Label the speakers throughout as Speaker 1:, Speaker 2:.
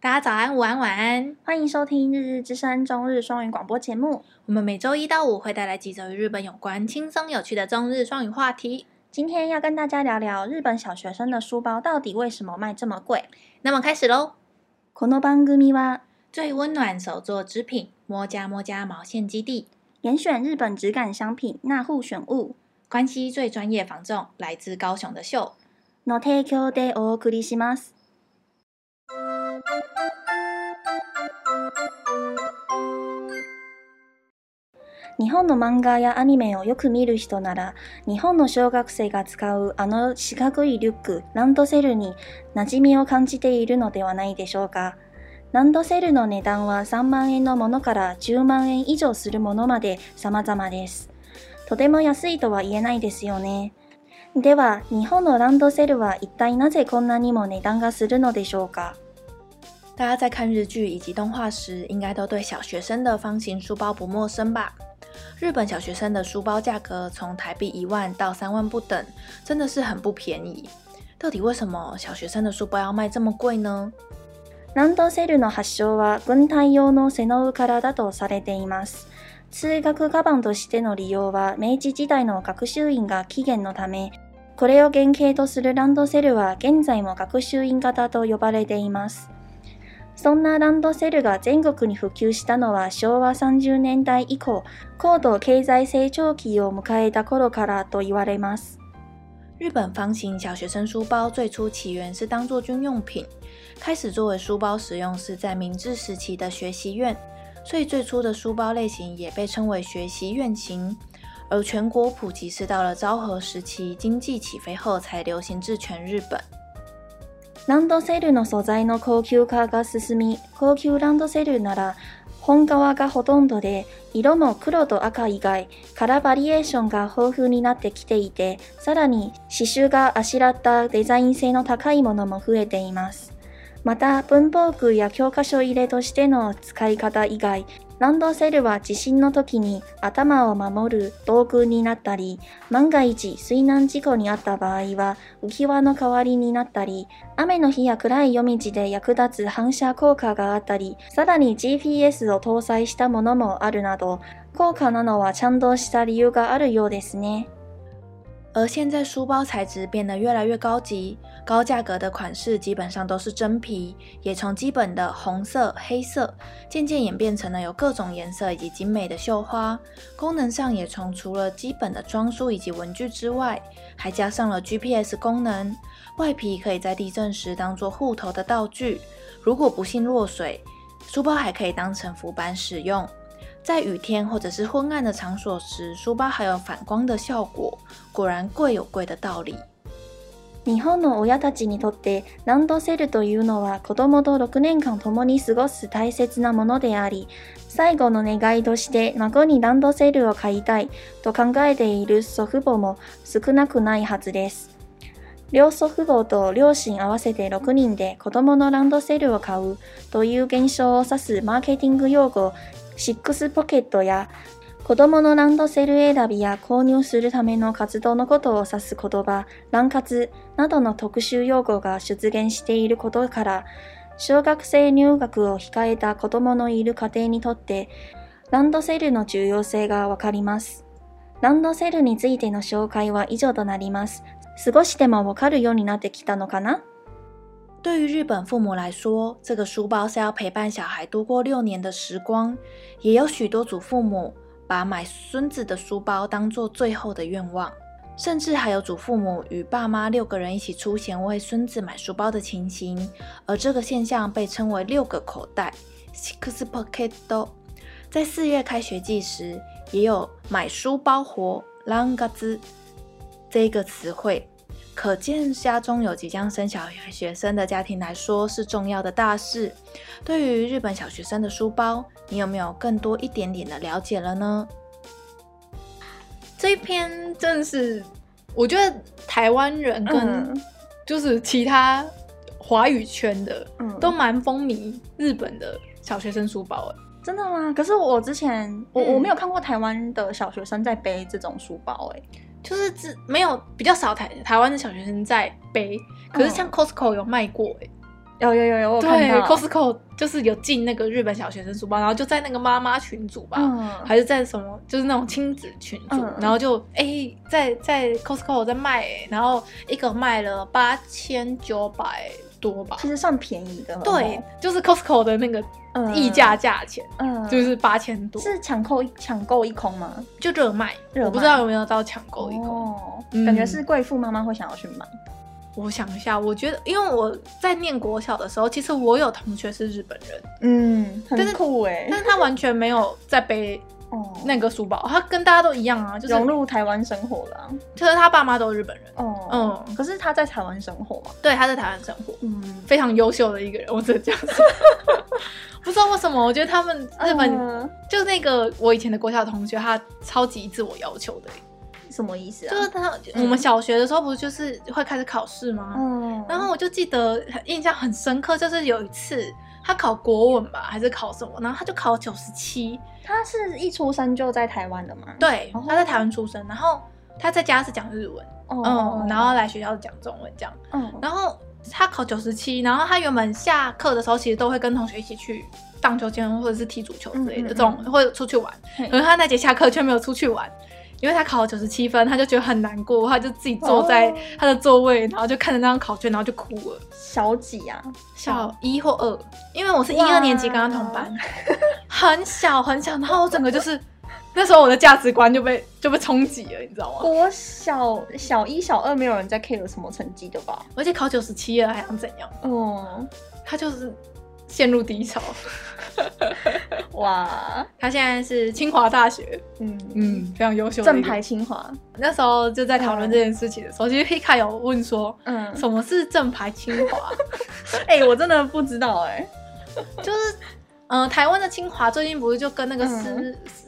Speaker 1: 大家早安、午安、晚安。
Speaker 2: 欢迎收听《日日之声》中日双语广播节目。
Speaker 1: 我们每周一到五会带来几则与日本有关、轻松有趣的中日双语话题。
Speaker 2: 今天要跟大家聊聊日本小学生的书包到底为什么卖这么贵。
Speaker 1: 那么开始喽！
Speaker 2: この番組は
Speaker 1: 最温暖手作织品——摸家摸家毛线基地，
Speaker 2: 严选日本质感商品那户选物
Speaker 1: 关西最专业防重，来自高雄的秀。
Speaker 2: の提供でお送りします。日本の漫画やアニメをよく見る人なら日本の小学生が使うあの四角いリュックランドセルに馴染みを感じているのではないでしょうかランドセルの値段は3万円のものから10万円以上するものまで様々ですとても安いとは言えないですよねでは日本のランドセルは一体なぜこんなにも値段がするのでしょうか
Speaker 1: 大家在看日剧以及动画时，应该都对小学生的方形书包不陌生吧？日本小学生的书包价格从台币一万到三万不等，真的是很不便宜。到底为什么小学生的书包要卖这么贵呢？
Speaker 2: ランドセルの発祥は軍隊用の背の上からだとされています。通学カバンとしての利用は明治時代の学習院が起源のため、これを原型とするランドセルは現在も学習院型と呼ばれています。そんなランドセルが全国に普及したのは昭和30年代以降、高度経済成長期を迎えた頃からと言われます。
Speaker 1: 日本方形小学生书包最初起源是当做军用品，开始作为书包使用是在明治时期的学习院，所以最初的书包类型也被称为学习院型。而全国普及是到了昭和时期经济起飞后才流行至全日本。
Speaker 2: ランドセルの素材の高級化が進み、高級ランドセルなら本革がほとんどで、色も黒と赤以外、カラーバリエーションが豊富になってきていて、さらに刺繍があしらったデザイン性の高いものも増えています。また、文房具や教科書入れとしての使い方以外、ランドセルは地震の時に頭を守る道具になったり、万が一水難事故にあった場合は浮き輪の代わりになったり、雨の日や暗い夜道で役立つ反射効果があったり、さらに GPS を搭載したものもあるなど、高価なのはちゃんとした理由があるようですね。
Speaker 1: 而现在书包材质变得越来越高级，高价格的款式基本上都是真皮，也从基本的红色、黑色，渐渐演变成了有各种颜色以及精美的绣花。功能上也从除了基本的装束以及文具之外，还加上了 GPS 功能。外皮可以在地震时当做护头的道具，如果不幸落水，书包还可以当成浮板使用。在雨天或者是昏暗的场所时，书包还有反光的效果。果然贵有贵的道理。
Speaker 2: 日本の親たちにとってランドセルというのは子供と6年間共に過ごす大切なものであり、最後の願いとして孫にランドセルを買いたいと考えている祖父母も少なくないはずです。両祖父母と両親合わせて6人で子供のランドセルを買うという現象を指すマーケティング用語、シックスポケットや子供のランドセル選びや購入するための活動のことを指す言葉、ラン活などの特殊用語が出現していることから、小学生入学を控えた子供のいる家庭にとって、ランドセルの重要性がわかります。ランドセルについての紹介は以上となります。過ごしてもわかるようになってきたのかな
Speaker 1: 对于日本父母来说，这个书包是要陪伴小孩度过六年的时光。也有许多祖父母把买孙子的书包当做最后的愿望，甚至还有祖父母与爸妈六个人一起出钱为孙子买书包的情形。而这个现象被称为“六个口袋 ”（six pocket）。在四月开学季时，也有买书包活 “lang 嘎兹”这一个词汇，可见家中有即将生小学生的家庭来说是重要的大事。对于日本小学生的书包，你有没有更多一点点的了解了呢？
Speaker 3: 这一篇真的是，我觉得台湾人跟
Speaker 1: 嗯
Speaker 3: 就是其他华语圈的、
Speaker 2: 嗯
Speaker 3: 都蛮风靡日本的小学生书包、欸，
Speaker 2: 真的吗？可是我之前我、
Speaker 3: 嗯
Speaker 2: 我没有看过台湾的小学生在背这种书包、欸，
Speaker 3: 就是只没有比较少台台湾的小学生在背，可是像 Costco 有卖过、欸，
Speaker 2: 有有有嗯有，我
Speaker 1: 对
Speaker 2: 看到。
Speaker 1: ，Costco 就是有进那个日本小学生书包，然后就在那个妈妈群组吧，
Speaker 2: 嗯，
Speaker 1: 还是在什么，就是那种亲子群组，
Speaker 2: 嗯
Speaker 1: 然后就哎、在在 Costco 在卖、欸然后一个卖了八千九百多吧，
Speaker 2: 其实算便宜的了。
Speaker 1: 对，就是 Costco 的那个
Speaker 2: 哦嗯
Speaker 1: 溢价价钱，
Speaker 2: 嗯，
Speaker 1: 就是八千多，
Speaker 2: 是抢购一抢购一空吗？
Speaker 1: 就热卖，
Speaker 2: 热卖
Speaker 1: 我不知道有没有到抢购一空。
Speaker 2: 哦
Speaker 1: 嗯
Speaker 2: 感觉是贵妇妈妈会想要去买。
Speaker 1: 我想一下，我觉得因为我在念国小的时候，其实我有同学是日本人，
Speaker 2: 嗯，
Speaker 1: 但
Speaker 2: 很
Speaker 1: 是
Speaker 2: 酷哎。
Speaker 1: 但他完全没有在背
Speaker 2: 哦，
Speaker 1: 那个书包，他跟大家都一样啊，就是
Speaker 2: 融入台湾生活了啊。
Speaker 1: 就是他爸妈都是日本人，
Speaker 2: 哦，
Speaker 1: 嗯，
Speaker 2: 可是她在台湾生活嘛。
Speaker 1: 对，他在台湾生活，
Speaker 2: 嗯，
Speaker 1: 非常优秀的一个人，我只能这样说。 不知道为什么，我觉得他们日本、
Speaker 2: 嗯
Speaker 1: 就那个我以前的国小同学，他超级自我要求的、
Speaker 2: 什么意思啊？
Speaker 1: 就是他、
Speaker 2: 嗯
Speaker 1: 我们小学的时候不是就是会开始考试吗？
Speaker 2: 嗯，
Speaker 1: 然后我就记得印象很深刻，就是有一次他考国文吧，还是考什么，然后他就考九十七，
Speaker 2: 她是一出生就在台湾的吗？
Speaker 1: 对
Speaker 2: 哦，
Speaker 1: 他在台湾出生，然后他在家是讲日文，
Speaker 2: 哦
Speaker 1: 嗯，然后来学校是讲中文这样，
Speaker 2: 嗯，
Speaker 1: 然后他考九十七，然后他原本下课的时候其实都会跟同学一起去荡秋千或者是踢足球之类
Speaker 2: 嗯嗯
Speaker 1: 的，
Speaker 2: 嗯
Speaker 1: 这种会出去玩，
Speaker 2: 嘿
Speaker 1: 可是他那节下课却没有出去玩。因为他考了九十七分，他就觉得很难过，他就自己坐在
Speaker 2: 哦
Speaker 1: 他的座位，然后就看着那张考卷，然后就哭了。
Speaker 2: 小几啊？
Speaker 1: 小一或二，因为我是一
Speaker 2: 哇
Speaker 1: 二年级跟他同班，很小很小，然后我整个就是那时候我的价值观就被就被冲击了，你知道吗？
Speaker 2: 国小小一、小二没有人在 care 什么成绩的吧？
Speaker 1: 而且考九十七了还想怎样？
Speaker 2: 嗯，
Speaker 1: 他就是陷入低潮。
Speaker 2: 哇，
Speaker 1: 他现在是清华大学，
Speaker 2: 嗯
Speaker 1: 嗯，，非常优秀，
Speaker 2: 正牌。清华，
Speaker 1: 那时候就在讨论这件事情的时候，其实 Hika 有问说。
Speaker 2: 嗯，
Speaker 1: 什么是正牌清华？
Speaker 2: 哎、我真的不知道哎、
Speaker 1: 就是，嗯、台湾的清华最近不是就跟那个师、
Speaker 2: 嗯什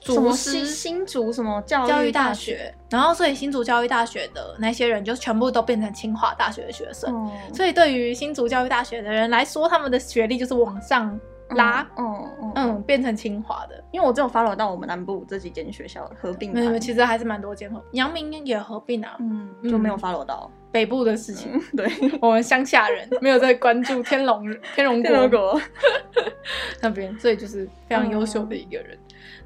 Speaker 1: 竹
Speaker 2: 么
Speaker 1: 师
Speaker 2: 新新竹什么教
Speaker 1: 教育
Speaker 2: 育
Speaker 1: 大
Speaker 2: 学？
Speaker 1: 学，然后所以新竹教育大学的那些人就全部都变成清华大学的学生，
Speaker 2: 嗯，
Speaker 1: 所以对于新竹教育大学的人来说，他们的学历就是往上拉，
Speaker 2: 嗯嗯
Speaker 1: 嗯，变成清华的。
Speaker 2: 因为我只有 follow 到我们南部这几间学校合并
Speaker 1: 没
Speaker 2: 班
Speaker 1: 有，没有，其实还是蛮多间合，阳明也合并啊，
Speaker 2: 嗯，就没有 follow 到，
Speaker 1: 北部的事情，
Speaker 2: 对，
Speaker 1: 我们乡下人没有在关注天龙人天龙
Speaker 2: 电脑
Speaker 1: 国
Speaker 2: 狗，
Speaker 1: 那边，所以就是非常优秀的
Speaker 2: 嗯
Speaker 1: 一个人。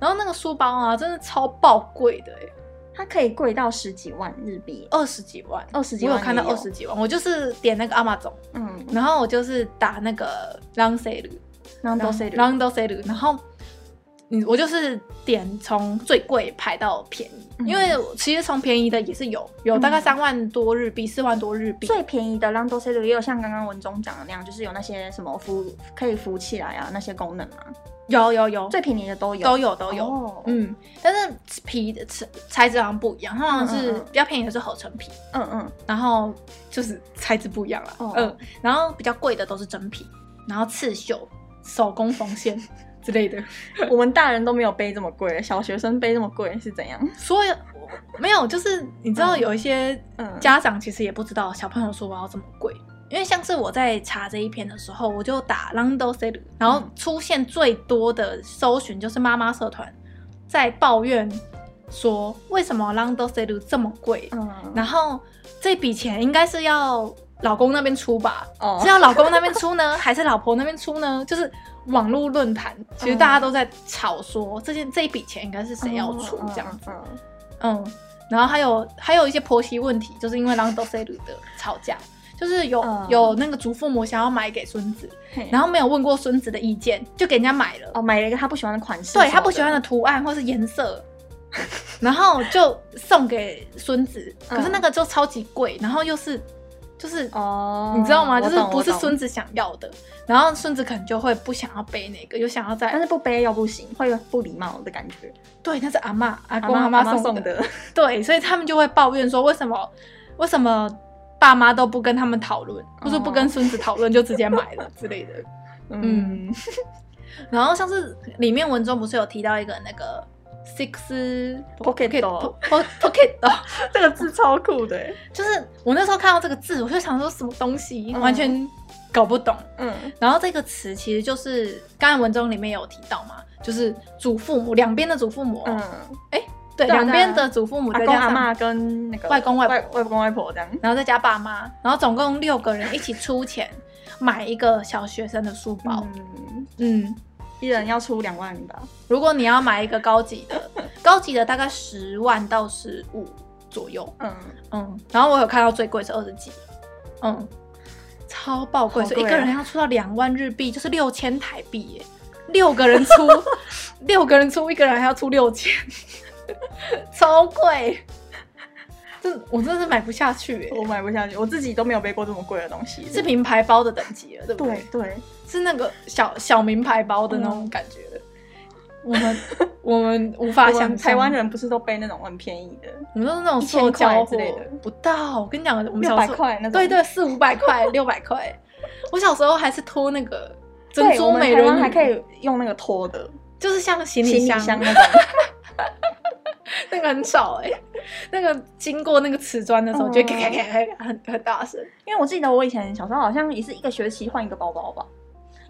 Speaker 1: 然后那个书包啊，真的超爆贵的、欸，
Speaker 2: 它可以贵到十几万日币，
Speaker 1: 二十几万，
Speaker 2: 二十几
Speaker 1: 我
Speaker 2: 万
Speaker 1: 有看到
Speaker 2: 也有
Speaker 1: 二十几万，我就是点那个阿玛总。
Speaker 2: 嗯，
Speaker 1: 然后我就是打那个 long sale，
Speaker 2: 然后都是
Speaker 1: long sale，然后嗯，我就是点从最贵排到便宜，
Speaker 2: 嗯
Speaker 1: 因为我其实从便宜的也是有，有
Speaker 2: 嗯
Speaker 1: 大概三万多日币、四万多日币，
Speaker 2: 最便宜的 l a n d o s e l 也有像刚刚文中讲的那样，就是有那些什么浮可以浮起来啊那些功能嘛，
Speaker 1: 有有有，
Speaker 2: 最便宜的都有
Speaker 1: 都有都有。
Speaker 2: 哦嗯
Speaker 1: 嗯，但是皮的材材质好像不一样，它好像是
Speaker 2: 嗯嗯嗯
Speaker 1: 比较便宜的是合成皮，
Speaker 2: 嗯嗯
Speaker 1: 然后就是材质不一样啦。
Speaker 2: 哦
Speaker 1: 嗯，然后比较贵的都是真皮，然后刺绣、手工缝线 之类的。
Speaker 2: 我们大人都没有背这么贵，小学生背这么贵是怎样？
Speaker 1: 所以没有，就是你知道
Speaker 2: 嗯
Speaker 1: 有一些
Speaker 2: 嗯
Speaker 1: 家长其实也不知道小朋友书包这么贵，因为像是我在查这一篇的时候，我就打 Lando s e l 然后出现最多的搜寻就是妈妈社团在抱怨说为什么 Lando s e l 这么贵，
Speaker 2: 嗯，
Speaker 1: 然后这笔钱应该是要老公那边出吧，
Speaker 2: 哦
Speaker 1: 是要老公那边出呢，还是老婆那边出呢？就是网络论坛，其
Speaker 2: 嗯
Speaker 1: 实大家都在吵说这件这一笔钱应该是谁要出这样子。
Speaker 2: 嗯嗯
Speaker 1: 嗯，然后还有还有一些婆媳问题，就是因为 Lando s e l 的吵架，就是有、
Speaker 2: 嗯
Speaker 1: 有那个祖父母想要买给孙子，
Speaker 2: 嘿
Speaker 1: 然后没有问过孙子的意见，就给人家买了。
Speaker 2: 哦买了一个他不喜欢的款式，
Speaker 1: 对他不喜欢的，图案 或是颜色，然后就送给孙子，
Speaker 2: 嗯
Speaker 1: 可是那个就超级贵，然后又是就是
Speaker 2: 哦，
Speaker 1: 你知道吗？
Speaker 2: 我
Speaker 1: 就
Speaker 2: 懂
Speaker 1: 是不是，
Speaker 2: 我
Speaker 1: 孙
Speaker 2: 懂
Speaker 1: 子想要的，然后孙子可能就会不想要背那个，又想要
Speaker 2: 但
Speaker 1: 在
Speaker 2: 是不背又不行，会有不礼貌的感觉，
Speaker 1: 对，那是阿嬷阿
Speaker 2: 阿
Speaker 1: 公
Speaker 2: 妈
Speaker 1: 阿妈
Speaker 2: 妈
Speaker 1: 送
Speaker 2: 送的，
Speaker 1: 对，所以他们就会抱怨说，为什么为什么爸妈都不跟他们讨
Speaker 2: 哦
Speaker 1: 论，或者不跟孙子讨论就直接买了之 类的。嗯
Speaker 2: 嗯，
Speaker 1: 然后像是里面文中不是有提到一个那个 six
Speaker 2: Pocket
Speaker 1: po- po- pocket doll
Speaker 2: 这个字超酷的，欸
Speaker 1: 就是我那时候看到这个字，我就想说什么东西，
Speaker 2: 嗯
Speaker 1: 完全搞不懂。
Speaker 2: 嗯
Speaker 1: 然后这个词其实就是刚才文中里面有提到嘛，就是祖父母两边的祖父母哦，
Speaker 2: 嗯，
Speaker 1: 对，
Speaker 2: 对啊
Speaker 1: 两边的祖父母
Speaker 2: 阿
Speaker 1: 再
Speaker 2: 公
Speaker 1: 加
Speaker 2: 阿
Speaker 1: 上，
Speaker 2: 妈跟那个
Speaker 1: 外公外婆
Speaker 2: 外外公外婆这样。
Speaker 1: 然后再加爸妈，然后总共六个人一起出钱。买一个小学生的书包。
Speaker 2: 嗯，
Speaker 1: 嗯
Speaker 2: 一人要出两万吧。
Speaker 1: 如果你要买一个高级的， 高级的大概十万到十五左右，
Speaker 2: 嗯，
Speaker 1: 嗯，然后我有看到最贵是二十几，嗯，超爆贵，
Speaker 2: 好
Speaker 1: 所以一
Speaker 2: 贵
Speaker 1: 个
Speaker 2: 啊
Speaker 1: 人要出到两万日币，就是六千台币耶，六个 人出，六个人出，一个人还要出六千， 超贵，这我真的是买不下去耶，
Speaker 2: 我买不下去，我自己都没有背过这么贵的东西。
Speaker 1: 是名牌包的等级了，对不对？
Speaker 2: 对对，
Speaker 1: 是那个小小名牌包的那种感觉的。我们我们无法
Speaker 2: 嗯我
Speaker 1: 想
Speaker 2: 们
Speaker 1: 象，
Speaker 2: 台湾人不是都背那种很便宜的，
Speaker 1: 我们都是那种
Speaker 2: 1000
Speaker 1: 塑胶
Speaker 2: 块之类
Speaker 1: 货
Speaker 2: 的
Speaker 1: 不到。我跟你讲，我们
Speaker 2: 六
Speaker 1: 小
Speaker 2: 百
Speaker 1: 时候
Speaker 2: 块那种。
Speaker 1: 对对，四五百块、六百块。 我小时候还是拖那个
Speaker 2: 对，
Speaker 1: 珍珠
Speaker 2: 我们
Speaker 1: 美
Speaker 2: 台
Speaker 1: 人
Speaker 2: 湾
Speaker 1: 鱼，
Speaker 2: 还可以用那个拖的
Speaker 1: 就是像行
Speaker 2: 行
Speaker 1: 李
Speaker 2: 李
Speaker 1: 箱，
Speaker 2: 箱那种。
Speaker 1: 那个很少哎、 那个经过那个瓷砖的时候，就
Speaker 2: 嗯
Speaker 1: 咔咔咔咔咔很很大声。
Speaker 2: 因为我记得我以前小时候好像也是一个学期换一个包包吧，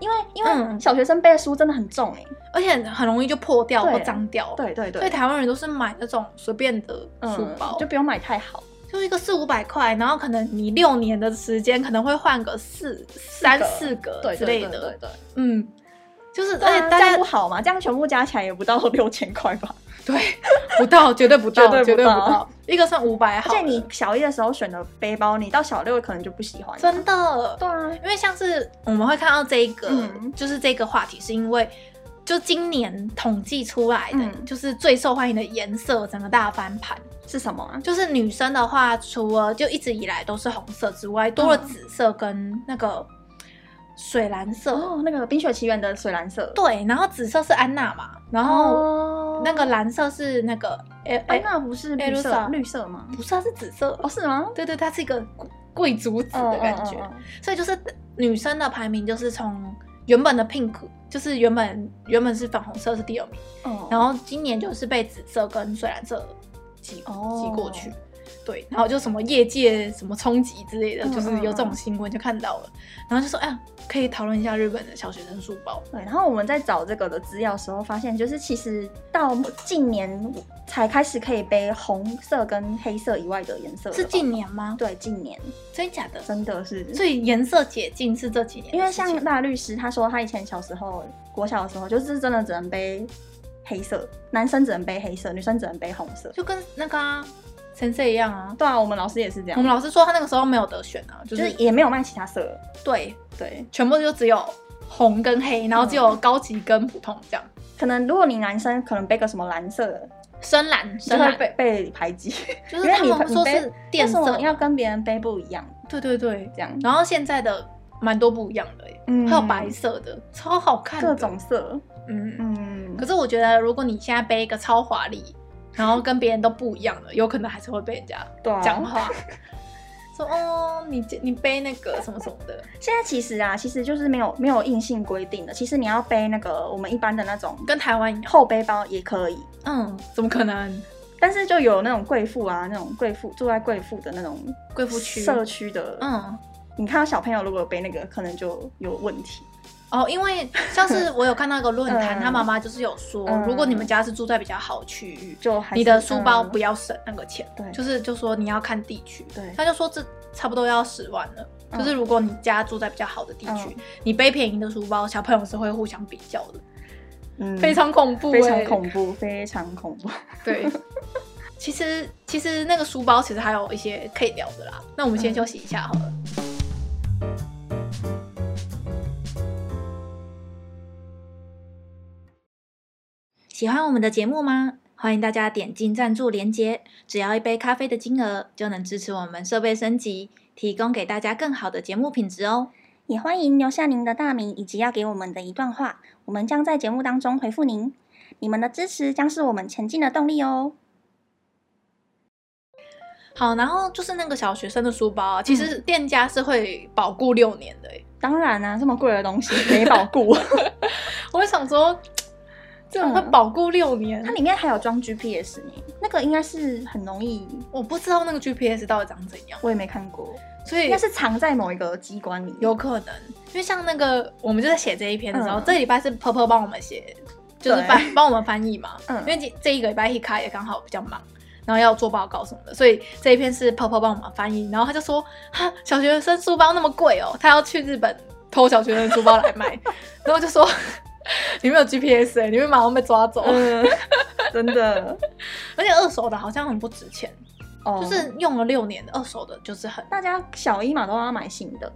Speaker 2: 因为因
Speaker 1: 嗯
Speaker 2: 为小学生背的书真的很重哎、
Speaker 1: 而且很容易就破掉
Speaker 2: 对
Speaker 1: 或脏掉。
Speaker 2: 对对对，
Speaker 1: 所以台湾人都是买那种随便的书包，
Speaker 2: 嗯就不用买太好，
Speaker 1: 就一个四五百块，然后可能你六年的时间可能会换个四三四个
Speaker 2: 对
Speaker 1: 之类的，
Speaker 2: 对对对
Speaker 1: 嗯，就是
Speaker 2: 对
Speaker 1: 而且
Speaker 2: 啊
Speaker 1: 大
Speaker 2: 这
Speaker 1: 家
Speaker 2: 样不好嘛，这样全部加起来也不到六千块吧。
Speaker 1: 对不到，绝对不到，
Speaker 2: 绝对不
Speaker 1: 绝对不
Speaker 2: 到
Speaker 1: 到，一个算五百
Speaker 2: 而
Speaker 1: 好了，
Speaker 2: 且你小一的时候选的背包，你到小六可能就不喜欢了。
Speaker 1: 真的
Speaker 2: 对啊，
Speaker 1: 因为像是我们会看到这一个，
Speaker 2: 嗯
Speaker 1: 就是这个话题，是因为就今年统计出来的，
Speaker 2: 嗯
Speaker 1: 就是最受欢迎的颜色，整个大翻盘。
Speaker 2: 是什么啊？
Speaker 1: 就是女生的话，除了就一直以来都是红色之外，多了
Speaker 2: 嗯
Speaker 1: 紫色跟那个水蓝色。
Speaker 2: 哦，那个《冰雪奇缘》的水蓝色，
Speaker 1: 对，然后紫色是安娜嘛，然后
Speaker 2: 哦
Speaker 1: 那个蓝色是那个哎
Speaker 2: 安
Speaker 1: 哎，
Speaker 2: 娜不是
Speaker 1: 哎
Speaker 2: 绿色、
Speaker 1: Rosa
Speaker 2: 绿色吗？
Speaker 1: 不是，它是紫色。
Speaker 2: 哦，是吗？
Speaker 1: 对对，它是一个贵贵族紫的感觉。
Speaker 2: 嗯嗯嗯嗯
Speaker 1: 所以就是女生的排名就是从原本的 pink，就是原本原本是粉红色是第二名，
Speaker 2: 嗯
Speaker 1: 然后今年就是被紫色跟水蓝色挤、
Speaker 2: 哦
Speaker 1: 挤过去。对，然后就什么业界什么冲击之类的，
Speaker 2: 嗯
Speaker 1: 就是有这种新闻就看到了，然后就说，哎呀，可以讨论一下日本的小学生书包。
Speaker 2: 对，然后我们在找这个的资料的时候，发现就是其实到近年才开始可以背红色跟黑色以外的颜色了吧，
Speaker 1: 是近年吗？
Speaker 2: 对近年
Speaker 1: 真假的？
Speaker 2: 真的是，
Speaker 1: 所以颜色解禁是这几年的事情，
Speaker 2: 因为像大律师他说他以前小时候国小的时候就是真的只能背黑色，男生只能背黑色，女生只能背红色。
Speaker 1: 就跟那个啊神社一样啊。
Speaker 2: 对啊，我们老师也是这样，
Speaker 1: 我们老师说他那个时候没有得选啊，就、
Speaker 2: 就是是也没有卖其他色，
Speaker 1: 对，
Speaker 2: 对。
Speaker 1: 全部就只有红跟黑，然后只
Speaker 2: 嗯
Speaker 1: 有高级跟普通这样。
Speaker 2: 可能如果你男生可能背个什么蓝色的，
Speaker 1: 深蓝，
Speaker 2: 就
Speaker 1: 深
Speaker 2: 会
Speaker 1: 蓝
Speaker 2: 被被排挤，
Speaker 1: 就是
Speaker 2: 因为
Speaker 1: 他
Speaker 2: 你
Speaker 1: 们说
Speaker 2: 你
Speaker 1: 是
Speaker 2: 背
Speaker 1: 电
Speaker 2: 为什
Speaker 1: 色
Speaker 2: 么，要跟别人背不一样，
Speaker 1: 对对对。
Speaker 2: 这样，
Speaker 1: 然后现在的蛮多不一样的耶、欸
Speaker 2: 嗯
Speaker 1: 还有白色的，超好看的
Speaker 2: 各种色，
Speaker 1: 嗯。
Speaker 2: 嗯
Speaker 1: 可，是我觉得，如果你现在背一个超华丽，然后跟别人都不一样的，有可能还是会被人家
Speaker 2: 对啊
Speaker 1: 讲话，说哦，你你背那个什么什么的，
Speaker 2: 现在其实啊，其实就是没有没有硬性规定的。其实你要背那个我们一般的那种
Speaker 1: 跟台湾一样。
Speaker 2: 后背包也可以，
Speaker 1: 嗯，怎么可能？
Speaker 2: 但是就有那种贵妇啊，那种贵妇住在贵妇的那种
Speaker 1: 贵妇区
Speaker 2: 社区的，嗯，
Speaker 1: 嗯，
Speaker 2: 你看到小朋友如果有背那个，可能就有问题。
Speaker 1: 哦，因为像是我有看到一个论坛，
Speaker 2: 嗯
Speaker 1: 他妈妈就是有说，
Speaker 2: 嗯
Speaker 1: 如果你们家是住在比较好区域，
Speaker 2: 就还是
Speaker 1: 你的书包
Speaker 2: 嗯
Speaker 1: 不要省那个钱，
Speaker 2: 对
Speaker 1: 就是就说你要看地区，
Speaker 2: 对
Speaker 1: 他就说这差不多要十万了。
Speaker 2: 嗯
Speaker 1: 就是如果你家住在比较好的地区，
Speaker 2: 嗯
Speaker 1: 你背便宜的书包，小朋友是会互相比较的，
Speaker 2: 嗯
Speaker 1: 非常恐怖、欸，
Speaker 2: 非常恐怖，非常恐怖。
Speaker 1: 对。其实，其实那个书包其实还有一些可以聊的啦。那我们先
Speaker 2: 嗯
Speaker 1: 休息一下好了。
Speaker 4: 喜欢我们的节目吗？欢迎大家点进赞助连结，只要一杯咖啡的金额，就能支持我们设备升级，提供给大家更好的节目品质哦。
Speaker 2: 也欢迎留下您的大名以及要给我们的一段话，我们将在节目当中回复您。你们的支持将是我们前进的动力哦。
Speaker 1: 好，然后就是那个小学生的书包啊，其实店家是会保固六年的、欸。
Speaker 2: 当然啊，这么贵的东西没保固，
Speaker 1: 我就想说，这种会保固六年，
Speaker 2: 它里面还有装 GPS 呢，那个应该是很容易，
Speaker 1: 我不知道那个 GPS 到底长怎样，
Speaker 2: 我也没看过，
Speaker 1: 所以
Speaker 2: 应该是藏在某一个机关里。
Speaker 1: 有可能，因为像那个我们就在写这一篇的时候，
Speaker 2: 嗯
Speaker 1: 这个礼拜是婆婆帮我们写，就是
Speaker 2: 对
Speaker 1: 翻帮我们翻译嘛，
Speaker 2: 嗯
Speaker 1: 因为这这一个礼拜 Hika 也刚好比较忙。然后要做报告什么的，所以这一篇是婆婆帮我们翻译。然后他就说：“哈，小学生书包那么贵哦，他要去日本偷小学生的书包来 卖，然后就说你没有 GPS 哎、你会马上被抓走，
Speaker 2: 嗯， 真的，
Speaker 1: 而且二手的好像很不值钱，
Speaker 2: 哦
Speaker 1: 就是用了六年的二手的，就是很。
Speaker 2: 大家小一嘛都要买新的，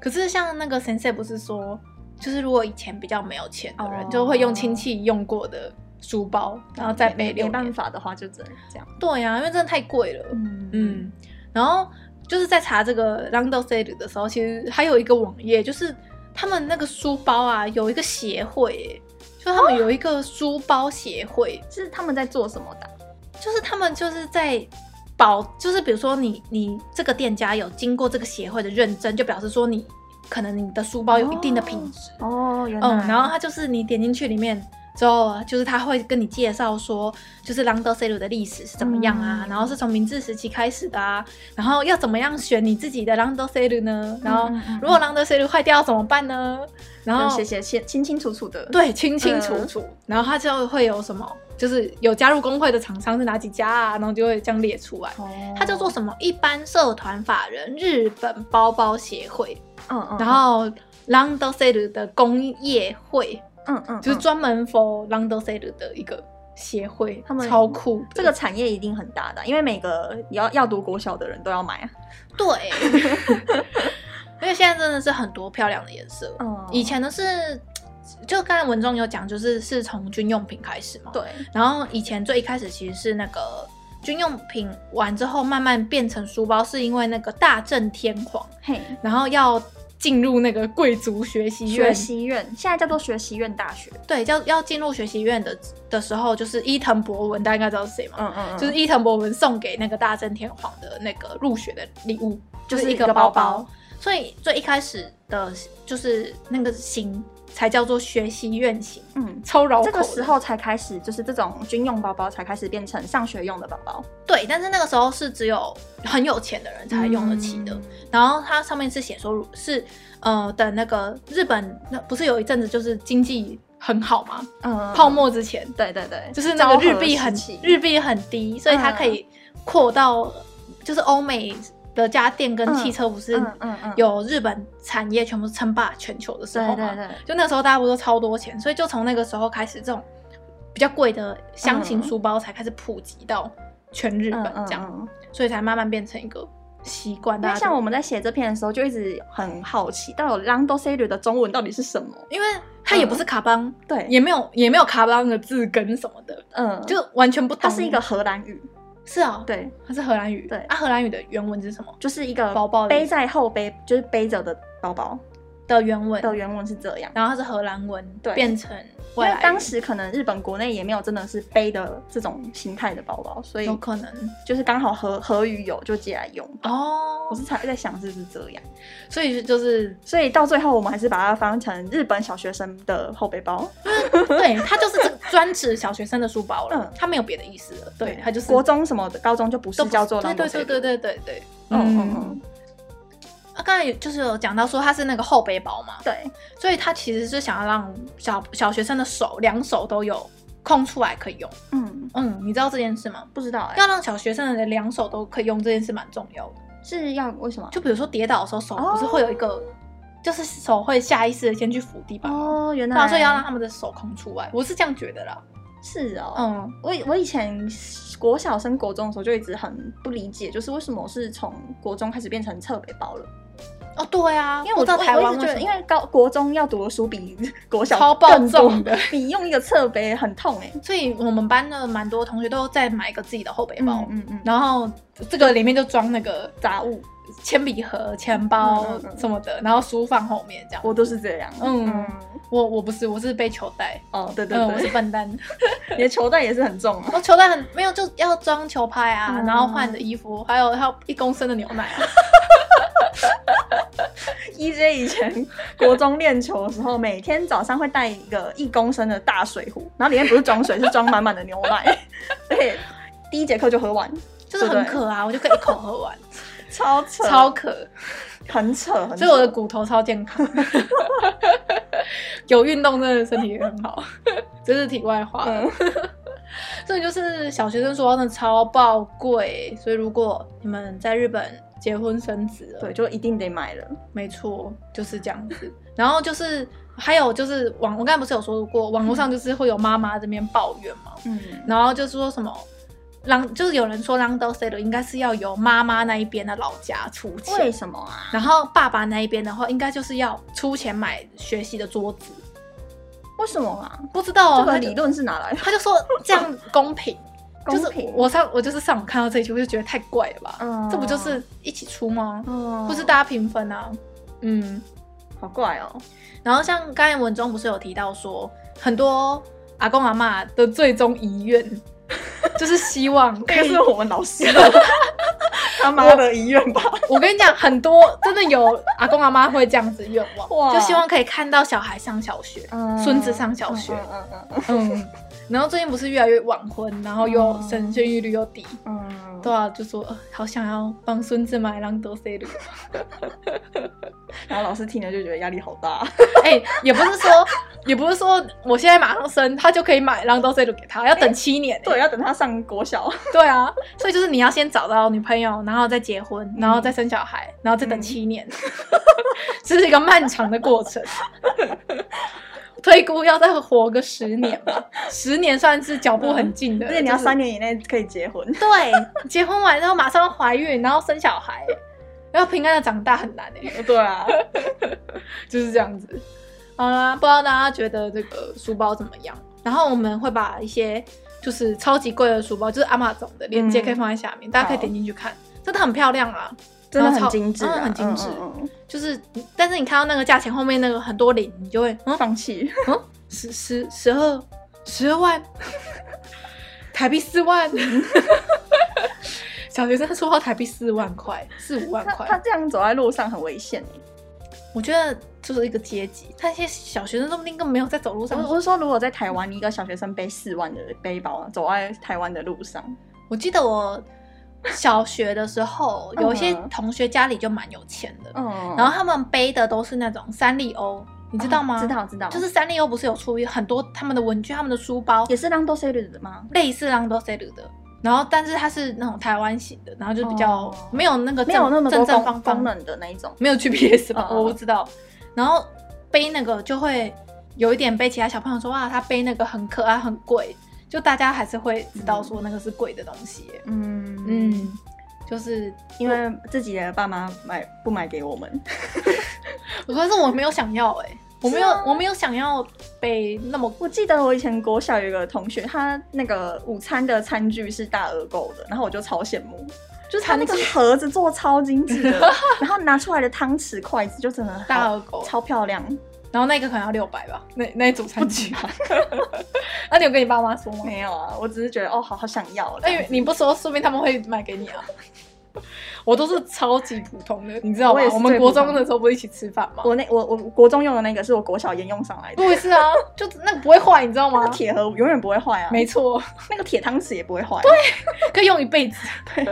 Speaker 1: 可是像那个 sensei 不是说，就是如果以前比较没有钱的人，
Speaker 2: 哦
Speaker 1: 就会用亲戚用过的书包，然后再背
Speaker 2: 没
Speaker 1: 六
Speaker 2: 没办
Speaker 1: 年。
Speaker 2: 法的话就只能这样，
Speaker 1: 对啊呀、因为真的太贵了。
Speaker 2: 嗯
Speaker 1: 嗯，然后就是在查这个 Rondo Sale 的时候，其实还有一个网页，就是他们那个书包啊，有一个协会耶，就
Speaker 2: 哦
Speaker 1: 他们有一个书包协会，
Speaker 2: 是他们在做什么的啊？
Speaker 1: 就是他们就是在保，就是比如说你你这个店家有经过这个协会的认证，就表示说你可能你的书包有一定的品质。
Speaker 2: 哦，原
Speaker 1: 嗯，然后它就是你点进去里面之后，就是他会跟你介绍说，就是朗德 C 鲁的历史是怎么样啊，
Speaker 2: 嗯
Speaker 1: 然后是从明治时期开始的啊，然后要怎么样选你自己的朗德 C 鲁呢？然后
Speaker 2: 嗯嗯嗯
Speaker 1: 如果朗德 C 鲁坏掉要怎么办呢？然
Speaker 2: 就
Speaker 1: 后
Speaker 2: 写写写清清楚楚的，，
Speaker 1: 哦
Speaker 2: 嗯
Speaker 1: 对，清清楚楚，然后它就会有什么，就是有加入工会的厂商是哪几家啊，然后就会这样列出
Speaker 2: 哦
Speaker 1: 来。它叫做什么？一般社团法人日本包包协会，
Speaker 2: 嗯嗯，
Speaker 1: 哦然后 Rondo s a l 的工业会，
Speaker 2: 嗯嗯，
Speaker 1: 就是
Speaker 2: 嗯
Speaker 1: 专门 for Rondo s a l 的一个协会，
Speaker 2: 他们
Speaker 1: 超酷的。
Speaker 2: 这个产业一定很大的，啊因为每个要要读国小的人都要买啊，
Speaker 1: 对，因为现在真的是很多漂亮的颜色。
Speaker 2: 嗯
Speaker 1: 以前的是，就刚才文中有讲，就是是从军用品开始嘛。。
Speaker 2: 对，
Speaker 1: 然后以前最一开始其实是那个军用品完之后慢慢变成书包，是因为那个大正天皇，
Speaker 2: 嘿，
Speaker 1: 然后要进入那个贵族学习
Speaker 2: 学
Speaker 1: 院，
Speaker 2: 习院现在叫做学习院大学，
Speaker 1: 对，要要进入学习院的的时候，就是伊藤博文，大家应该知道是谁嘛。
Speaker 2: 嗯嗯
Speaker 1: 就是伊藤博文送给那个大正天皇的那个入学的礼物，就
Speaker 2: 就
Speaker 1: 是是
Speaker 2: 一
Speaker 1: 一
Speaker 2: 个
Speaker 1: 个
Speaker 2: 包
Speaker 1: 包
Speaker 2: 包
Speaker 1: 包。所以最一开始的，就是那个型才叫做学习院型，
Speaker 2: 嗯。
Speaker 1: 超绕口
Speaker 2: 这
Speaker 1: 的。
Speaker 2: 个时候才开始，就是这种军用包包才开始变成上学用的包包，
Speaker 1: 对，但是那个时候是只有很有钱的人才用得起的。
Speaker 2: 嗯
Speaker 1: 然后它上面是写说，是呃等那个日本那不是有一阵子就是经济很好嘛，
Speaker 2: 嗯，
Speaker 1: 泡沫之前，
Speaker 2: 对对对，
Speaker 1: 就是那个日
Speaker 2: 昭和
Speaker 1: 币
Speaker 2: 时
Speaker 1: 很
Speaker 2: 期
Speaker 1: 日币很低，所以它可以扩到就是欧美的家电跟汽车不是
Speaker 2: 嗯嗯嗯，
Speaker 1: 有日本产业全部称霸全球的时
Speaker 2: 对
Speaker 1: 候
Speaker 2: 对
Speaker 1: 嘛，
Speaker 2: 对，
Speaker 1: 就那时候大家不是都超多钱，所以就从那个时候开始，这种比较贵
Speaker 2: 嗯
Speaker 1: 的箱型书包才开始普及到全日本这样，
Speaker 2: 嗯嗯嗯
Speaker 1: 所以才慢慢变成一个习惯。
Speaker 2: 因
Speaker 1: 大
Speaker 2: 为
Speaker 1: 家
Speaker 2: 像
Speaker 1: 都
Speaker 2: 我们在写这篇的时候，就一直很好奇，到底 Lando s e r 的中文到底是什么？
Speaker 1: 因为它也不是卡邦，
Speaker 2: 对，
Speaker 1: 也没有也没有卡邦的字根什么的，
Speaker 2: 嗯，
Speaker 1: 就完全不懂。
Speaker 2: 它是一个荷兰语，
Speaker 1: 是啊、对。
Speaker 2: 对，
Speaker 1: 它是荷兰语，
Speaker 2: 对
Speaker 1: 啊，荷兰语的原文是什么？
Speaker 2: 就是一个
Speaker 1: 包包的意思
Speaker 2: 背在后背，就是背着的包包
Speaker 1: 的原文，
Speaker 2: 的原文是这样。
Speaker 1: 然后它是荷兰文，
Speaker 2: 对
Speaker 1: 变成
Speaker 2: 因
Speaker 1: 未
Speaker 2: 为
Speaker 1: 来
Speaker 2: 当时可能日本国内也没有真的是背的这种形态的包包，所以
Speaker 1: 有可能
Speaker 2: 就是刚好和和语有就借来用。我
Speaker 1: 哦，
Speaker 2: 是才在想是不是这样，
Speaker 1: 所以就是
Speaker 2: 所以到最后我们还是把它翻成日本小学生的后背包，
Speaker 1: 对，它就是这个专指小学生的书包了
Speaker 2: 嗯，
Speaker 1: 它没有别的意思了，对，它就是
Speaker 2: 国中什么的，高中就不
Speaker 1: 都
Speaker 2: 是
Speaker 1: 不
Speaker 2: 叫做
Speaker 1: 对
Speaker 2: Lando
Speaker 1: 对对
Speaker 2: Sailor
Speaker 1: 对对对对，
Speaker 2: 嗯嗯嗯，
Speaker 1: 啊，刚才就是有讲到说它是那个后背包嘛，
Speaker 2: 对，
Speaker 1: 所以它其实是想要让小小学生的手两手都有空出来可以用，
Speaker 2: 嗯，
Speaker 1: 嗯，你知道这件事吗？
Speaker 2: 不知道哎、
Speaker 1: 要让小学生的两手都可以用这件事蛮重要的。
Speaker 2: 哎是要为什么？
Speaker 1: 就比如说跌倒的时候，手
Speaker 2: 哦
Speaker 1: 不是会有一个，就是手会下意识的先去扶地板吗？
Speaker 2: 哦，原
Speaker 1: 对啊，
Speaker 2: 来
Speaker 1: 所以要让他们的手空出来，我是这样觉得啦。
Speaker 2: 是哦，
Speaker 1: 嗯，
Speaker 2: 我我以前国小升国中的时候就一直很不理解，就是为什么我是从国中开始变成侧背包了，
Speaker 1: 哦，对啊，
Speaker 2: 因为
Speaker 1: 我
Speaker 2: 我
Speaker 1: 到台
Speaker 2: 我
Speaker 1: 湾
Speaker 2: 一直觉
Speaker 1: 什
Speaker 2: 得，
Speaker 1: 么
Speaker 2: 因为高国中要读的书比国小
Speaker 1: 超爆
Speaker 2: 更多
Speaker 1: 重的，
Speaker 2: 比用一个侧背很痛哎、
Speaker 1: 所以我们班的蛮多同学都在买一个自己的后背包，
Speaker 2: 嗯嗯嗯，
Speaker 1: 然后这个里面就装那个
Speaker 2: 杂物
Speaker 1: 铅笔盒、钱包
Speaker 2: 嗯嗯嗯
Speaker 1: 什么的，然后书放后面这样。
Speaker 2: 我都是这样，
Speaker 1: 嗯我我不是，我是背球袋，
Speaker 2: 哦对对
Speaker 1: 嗯，我是
Speaker 2: 对，
Speaker 1: 笨蛋。
Speaker 2: 你的球袋也是很重啊，
Speaker 1: 我球袋很没有，就要装球拍啊，
Speaker 2: 嗯
Speaker 1: 然后换的衣服，还有还有一公升的牛奶 啊。
Speaker 2: EJ 以前国中练球的时候，每天早上会带一个一公升的大水壶，然后里面不是装水，是装满满的牛奶。 对，第一节课就喝完，
Speaker 1: 就是很
Speaker 2: 对不对
Speaker 1: 渴啊，我就可以一口喝 完，
Speaker 2: 超扯，
Speaker 1: 超渴，
Speaker 2: 很扯，很扯
Speaker 1: 所以我的骨头超健康。 有运动真的身体也很好， 这是题外话。
Speaker 2: 嗯
Speaker 1: 所以就是小学生书包真的超爆贵，所以如果你们在日本结婚生子了，
Speaker 2: 对，就一定得买了。
Speaker 1: 没错，就是这样子。然后就是还有就是网，我刚才不是有说过，网络上就是会有妈妈这边抱怨嘛，
Speaker 2: 嗯
Speaker 1: 然后就是说什么。让就是有人说 l a n d o s e l 应该是要由妈妈那一边的老家出
Speaker 2: 为
Speaker 1: 钱，
Speaker 2: 什么啊？
Speaker 1: 然后爸爸那一边的话，应该就是要出钱买学习的桌子。
Speaker 2: 为什么啊？
Speaker 1: 不知道、哦
Speaker 2: 这个
Speaker 1: 他就
Speaker 2: 理论是哪来的？
Speaker 1: 他就说这样公平，
Speaker 2: 公
Speaker 1: 就是
Speaker 2: 平？
Speaker 1: 我上我就是上午看到这一句，我就觉得太怪了吧？
Speaker 2: 嗯
Speaker 1: 这不就是一起出吗？
Speaker 2: 嗯
Speaker 1: 或是大家平分啊？嗯，
Speaker 2: 好怪哦。
Speaker 1: 然后像刚才文中不是有提到说，很多阿公阿妈的最终遗 愿就是希望可
Speaker 2: 这
Speaker 1: 以
Speaker 2: 个是。我们老师 他妈的遗愿吧？
Speaker 1: 我跟你讲，很多真的有阿公阿妈会这样子愿望，
Speaker 2: 哇
Speaker 1: 就希望可以看到小孩上小学，孙子上小
Speaker 2: 嗯
Speaker 1: 学。
Speaker 2: 嗯嗯 嗯
Speaker 1: 嗯，然后最近不是越来越晚婚，然后又
Speaker 2: 嗯
Speaker 1: 生生育率又低，
Speaker 2: 嗯，
Speaker 1: 对啊，就说、呃好想要帮孙子买朗德塞鲁，
Speaker 2: 然后老师听了就觉得压力好大。
Speaker 1: 哎、也不是说，也不是说我现在马上生，他就可以买朗德塞鲁给他，要等七年、欸。
Speaker 2: 对，要等他上国 小。
Speaker 1: 对啊，所以就是你要先找到女朋友，然后再结婚，然后再生小孩，然后再等七年，
Speaker 2: 嗯
Speaker 1: 这是一个漫长的过程。 推估要再活个十年吧，十年算是脚步很近的。
Speaker 2: 而且你要
Speaker 1: 就是
Speaker 2: 三年以内可以结婚。
Speaker 1: 对，结婚完之后马上怀孕，然后生小孩，然后平安的长大很难哎、
Speaker 2: 对啊，
Speaker 1: 就是这样子。好啦，不知道大家觉得这个书包怎么样？然后我们会把一些就是超级贵的书包，就是阿玛总的链接
Speaker 2: 嗯
Speaker 1: 可以放在下面，大家可以点进去看，真的很漂亮啊，
Speaker 2: 真的
Speaker 1: 然后
Speaker 2: 很
Speaker 1: 超
Speaker 2: 精致啊，
Speaker 1: 嗯很精致。
Speaker 2: 嗯嗯
Speaker 1: 就是，但是你看到那个价钱后面那个很多零，你就会嗯
Speaker 2: 嗯，放弃。
Speaker 1: 十十十二十二万， 台币四万， 小学生书包台币四万块，四五万
Speaker 2: 他
Speaker 1: 块，
Speaker 2: 他这样走在路上很危险耶。
Speaker 1: 我觉得就是一个阶级，那些小学生说不定根本没有在走路上
Speaker 2: 我我是说，如果在台湾，你一个小学生背四万的背包走在台湾的路上，，
Speaker 1: 我记得我小学的时候
Speaker 2: 嗯
Speaker 1: 有一些同学家里就蛮有钱的，
Speaker 2: 嗯，
Speaker 1: 然后他们背的都是那种三丽鸥，你知道吗？
Speaker 2: 啊知，道知道，
Speaker 1: 就是三丽鸥不是有出很多他们的文具、他们的书包，
Speaker 2: 也是让多 C 的吗？
Speaker 1: 类似浪多塞鲁的。然后，但是它是那种台湾型的，然后就比较
Speaker 2: 哦
Speaker 1: 没有那个
Speaker 2: 没
Speaker 1: 正
Speaker 2: 有那么多
Speaker 1: 正正
Speaker 2: 功
Speaker 1: 方
Speaker 2: 功
Speaker 1: 方，
Speaker 2: 能的那一种。
Speaker 1: 没有 GPS 吧？
Speaker 2: 嗯嗯
Speaker 1: 我不知道。然后背那个就会有一点被其他小朋友说哇，他背那个很可爱，很贵。就大家还是会知道说那个是贵的东西耶。
Speaker 2: 嗯嗯，
Speaker 1: 嗯，就是
Speaker 2: 因为自己的爸妈买不买给我们，
Speaker 1: 我说是我没有想要哎、我没有
Speaker 2: 是吗
Speaker 1: 我没有想要背那么贵。
Speaker 2: 我记得我以前国小有一个同学，他那个午餐的餐具是大鹅狗的，然后我就超羡慕，就是他那个盒子做超精致的， 然后拿出来的汤匙、筷子就真的好
Speaker 1: 大耳狗，
Speaker 2: 超漂亮，
Speaker 1: 然后那个可能要六百吧，那那一组餐具。啊那、你有跟你爸妈说吗？
Speaker 2: 没有啊，我只是觉得哦，好好想 要。
Speaker 1: 那因为你不说，说明他们会买给你啊。 我都是超级普通的，你知道吗？
Speaker 2: 我
Speaker 1: 我
Speaker 2: 也是
Speaker 1: 们
Speaker 2: 最
Speaker 1: 国
Speaker 2: 普通
Speaker 1: 中的时候不是一起吃饭吗？
Speaker 2: 我那我我国中用的那个是我国小沿用上来的，
Speaker 1: 我也是 啊，就那个不会坏，你知道
Speaker 2: 那
Speaker 1: 吗
Speaker 2: 个？铁盒永远不会坏啊，
Speaker 1: 没错，
Speaker 2: 那个铁汤匙也不会坏。啊对，
Speaker 1: 可以用一辈子。对，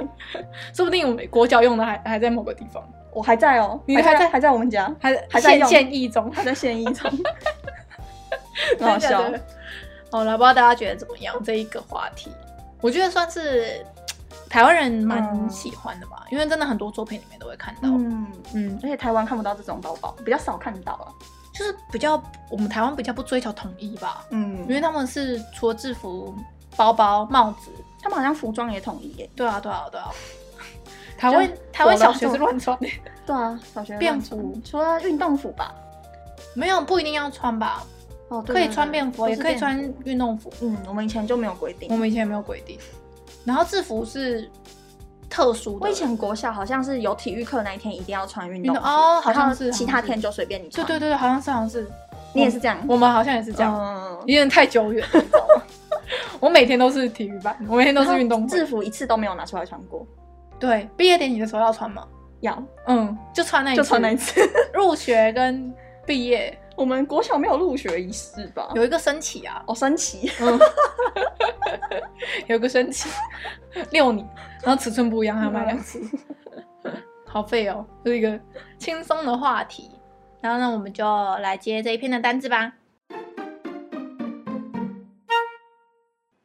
Speaker 1: 说不定我们国脚用的还还在某个地方，
Speaker 2: 我还在哦，
Speaker 1: 你还
Speaker 2: 还
Speaker 1: 在
Speaker 2: 还在我们家，
Speaker 1: 还
Speaker 2: 还在
Speaker 1: 现
Speaker 2: 用
Speaker 1: 现役中。
Speaker 2: 还在现役 中，很好
Speaker 1: 真的
Speaker 2: 笑
Speaker 1: 假。的好了，不知道大家觉得怎么样这一个话题？我觉得算是台湾人蛮
Speaker 2: 嗯
Speaker 1: 喜欢的吧，因为真的很多作品里面都会看到。
Speaker 2: 嗯，
Speaker 1: 嗯，
Speaker 2: 而且台湾看不到这种包包，比较少看到啊。
Speaker 1: 就是比较我们台湾比较不追求统一吧，因
Speaker 2: 嗯，
Speaker 1: 为他们是除了制服、包包、帽子，
Speaker 2: 他们好像服装也统一耶。
Speaker 1: 对啊，对啊， 对啊。台湾台湾
Speaker 2: 走
Speaker 1: 小
Speaker 2: 了
Speaker 1: 学是
Speaker 2: 就
Speaker 1: 乱穿的，
Speaker 2: 对啊，小学
Speaker 1: 便
Speaker 2: 乱穿
Speaker 1: 服
Speaker 2: 除了运动服吧，
Speaker 1: 没有不一定要穿吧，
Speaker 2: 哦，对
Speaker 1: 可以
Speaker 2: 对
Speaker 1: 穿
Speaker 2: 对
Speaker 1: 便服，
Speaker 2: 都
Speaker 1: 也
Speaker 2: 是
Speaker 1: 可以
Speaker 2: 便
Speaker 1: 穿
Speaker 2: 服
Speaker 1: 运动服。
Speaker 2: 嗯，我们以前就没有规
Speaker 1: 我
Speaker 2: 定。
Speaker 1: 们以前没有规定，然后制服是特殊的。
Speaker 2: 我以前国校好像是有体育课那一天一定要穿运
Speaker 1: 运
Speaker 2: 动
Speaker 1: 动
Speaker 2: 服
Speaker 1: 哦好像
Speaker 2: 然后
Speaker 1: 是
Speaker 2: 其
Speaker 1: 好
Speaker 2: 他
Speaker 1: 像是
Speaker 2: 天就随便你
Speaker 1: 对
Speaker 2: 穿。
Speaker 1: 对对对，好像是好像是，
Speaker 2: 你也是这样，
Speaker 1: 我们好像也是这样，
Speaker 2: 哦嗯
Speaker 1: 有点太久远了，你知 道吗？我每天都是体育班，我每天都是运动
Speaker 2: 然后
Speaker 1: 会
Speaker 2: 制。服一次都没有拿出来穿过，
Speaker 1: 对，毕业典礼的时候要穿吗？
Speaker 2: 要
Speaker 1: 嗯，就穿那一
Speaker 2: 就穿那一
Speaker 1: 次。
Speaker 2: 次。
Speaker 1: 入学跟毕业
Speaker 2: 我们国小没有入学仪式吧？
Speaker 1: 有一个升旗啊，
Speaker 2: 哦，升旗，
Speaker 1: 嗯，有一个升旗， 六年，然后尺寸不一样，还要买两次，
Speaker 2: 嗯
Speaker 1: 好费哦，就是一个轻松的话题。然后呢，我们就来接这一篇的单字吧。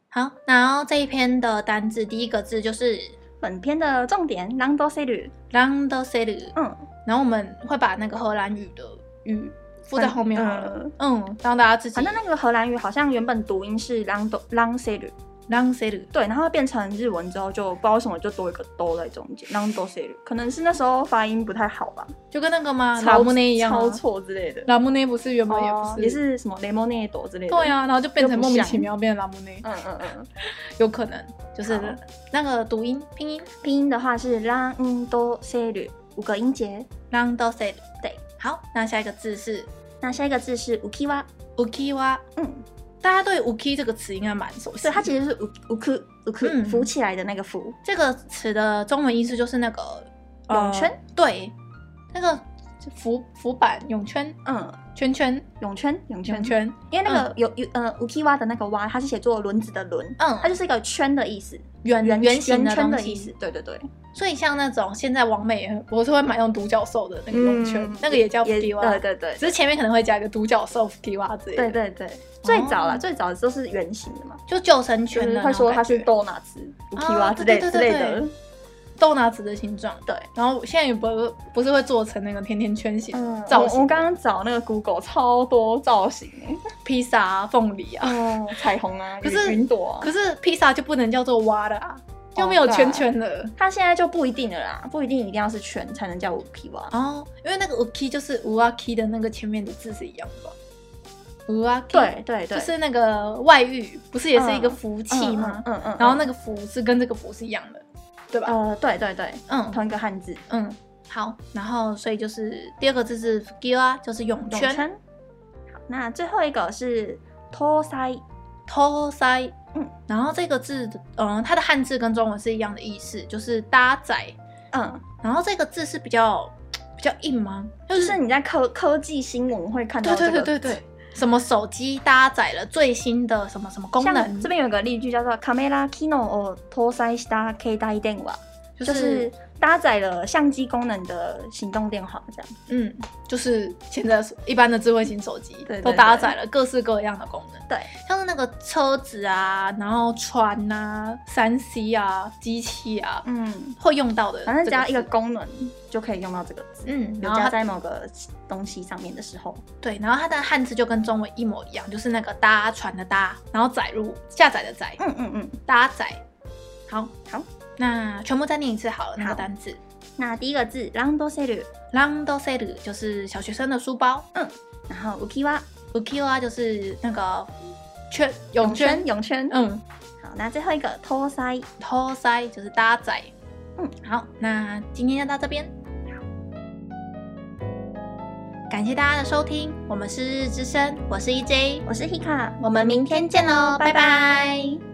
Speaker 1: 好，然后这一篇的单字第一个字就是
Speaker 2: 本片的重点 l a n d o s e r
Speaker 1: l a n d s e l
Speaker 2: 嗯，
Speaker 1: 然后我们会把那个荷兰语的语附在后面好了。
Speaker 2: 嗯
Speaker 1: 嗯，让大家自己
Speaker 2: 反正那个荷兰语好像原本读音是 lang do lang s e r
Speaker 1: 让 C 的
Speaker 2: 对，然后变成日文之后就不知道为什么就多一个 do 在中间，lang do s e r 可能是那时候发音不太好吧，
Speaker 1: 就跟那个吗？
Speaker 2: 抄
Speaker 1: 拉姆内一样、
Speaker 2: 抄
Speaker 1: 啊，
Speaker 2: 错之类的。
Speaker 1: 拉姆内不是原本也不是、
Speaker 2: 哦也是什么 lemonade 之类的。
Speaker 1: 对啊，然后就变成莫名其妙变拉姆内，
Speaker 2: 嗯嗯嗯嗯。
Speaker 1: 有可能就是
Speaker 2: 好
Speaker 1: 那个读音拼音
Speaker 2: 拼音的话是 lang do s e r 五个音节。
Speaker 1: 让 do C
Speaker 2: 对，
Speaker 1: 好，那下一个字是
Speaker 2: 那下一个字是 ukiwa，
Speaker 1: uki wa，
Speaker 2: 嗯，
Speaker 1: 大家对 uki 这个词应该蛮熟悉的。
Speaker 2: 所以它其实是 u uku
Speaker 1: 嗯
Speaker 2: uku 浮起来的那个浮。
Speaker 1: 这个词的中文意思就是那个呃
Speaker 2: 泳圈
Speaker 1: 对，那个浮浮板泳圈
Speaker 2: 嗯，
Speaker 1: 圈圈
Speaker 2: 泳圈，泳圈
Speaker 1: 圈，嗯圈，
Speaker 2: 因为那个有有呃 ukiwa 的那个蛙，它是写作轮子的轮，
Speaker 1: 嗯
Speaker 2: 它就是一个圈的意思，
Speaker 1: 圆
Speaker 2: 圆
Speaker 1: 圆形
Speaker 2: 圆
Speaker 1: 的
Speaker 2: 圈
Speaker 1: 东
Speaker 2: 的意思
Speaker 1: 西。。
Speaker 2: 对对对，
Speaker 1: 所以像那种现在王美，我是会买那种独角兽的那个泳圈，那嗯个也叫 f u k i w
Speaker 2: 对
Speaker 1: a
Speaker 2: 对对
Speaker 1: 只，是前面可能会加一个独角兽 f u k i w a 之类的。
Speaker 2: 对对对，最早啦，最早都是圆形的嘛，
Speaker 1: 就救生
Speaker 2: 就
Speaker 1: 圈哦的
Speaker 2: 是
Speaker 1: 那种
Speaker 2: 会
Speaker 1: 感觉，哦
Speaker 2: 说它是 donuts、ukiwa 之类
Speaker 1: 对对
Speaker 2: 之
Speaker 1: 对
Speaker 2: 类
Speaker 1: 对
Speaker 2: 的。
Speaker 1: 豆拿子的形状。
Speaker 2: 对，
Speaker 1: 然后现在也不不是会做成那个甜甜圈形
Speaker 2: 嗯，
Speaker 1: 造
Speaker 2: 我
Speaker 1: 型，
Speaker 2: 我刚刚找那个 Google 超多造型欸
Speaker 1: 披萨啊、凤梨啊，
Speaker 2: 哦， 彩虹啊，
Speaker 1: 可是
Speaker 2: 云云朵啊
Speaker 1: 可，是披萨就不能叫做蛙的啊，就没有
Speaker 2: 哦对啊
Speaker 1: 圈圈的。
Speaker 2: 它现在就不一定了啦，不一定一定要是全才能叫 uki 吧。
Speaker 1: 哦，因为那个 uki 就是乌阿 k 的那个前面的字是一样的吧，乌阿 k
Speaker 2: 对，哦对对，
Speaker 1: 就是那个外遇，不是也是一个
Speaker 2: 嗯
Speaker 1: 福
Speaker 2: 嗯
Speaker 1: 气吗？
Speaker 2: 嗯嗯嗯，
Speaker 1: 然后那个福是跟这个福是一样的，对吧？
Speaker 2: 呃，对对对，
Speaker 1: 嗯
Speaker 2: 同一个汉字，
Speaker 1: 嗯，好，然后所以就是第二个字是 f u k i w a 就是泳
Speaker 2: 泳
Speaker 1: 圈，
Speaker 2: 圈。好，那最后一个是 tosai，
Speaker 1: 偷塞，
Speaker 2: 嗯，
Speaker 1: 然后这个字，嗯、它的汉字跟中文是一样的意思，就是搭载。
Speaker 2: 嗯，
Speaker 1: 然后这个字是比较比较硬吗？就
Speaker 2: 就是你在科科技新闻会看到
Speaker 1: 对
Speaker 2: 这
Speaker 1: 对
Speaker 2: 个
Speaker 1: 对
Speaker 2: 字。
Speaker 1: 对对，什么手机搭载了最新的什么什么功能
Speaker 2: 像，这边有个例句叫做 “camera kino 哦 o tosai shita k d 电话”，
Speaker 1: 就
Speaker 2: 就是搭载了相机功能的行动电话，这样。
Speaker 1: 嗯，就是现在一般的智慧型手机
Speaker 2: 对对
Speaker 1: 都搭载了各式各样的功能，
Speaker 2: 对，
Speaker 1: 像是那个车子啊，然后船啊、三 C 啊、机器啊，
Speaker 2: 嗯，
Speaker 1: 会用到的，
Speaker 2: 反正只要一个。功能就可以用到这个字。
Speaker 1: 嗯，然
Speaker 2: 有
Speaker 1: 后
Speaker 2: 加
Speaker 1: 它
Speaker 2: 在某个东西上面的时候，
Speaker 1: 对，然后它的汉字就跟中文一模一样，就是那个搭船的搭，然后载入下载的载，
Speaker 2: 嗯嗯嗯。
Speaker 1: 搭载。好，
Speaker 2: 好，
Speaker 1: 那全部再念一次好了，那个
Speaker 2: 好
Speaker 1: 单字。
Speaker 2: 那第一个字 round s e l
Speaker 1: l a n d o s e l 就是小学生的书包
Speaker 2: 然后 ukiwa
Speaker 1: ，ukiwa 就是那个圈泳圈，
Speaker 2: 泳圈，
Speaker 1: 嗯
Speaker 2: 好，那最后一个 tosai，
Speaker 1: ，tosai 就是搭载。
Speaker 2: 嗯，
Speaker 1: 好，那今天就到这边。感谢大家的收听，我们是日之声，我是 E EJ，
Speaker 2: 我是 hika，
Speaker 1: 我们明天见喽，拜拜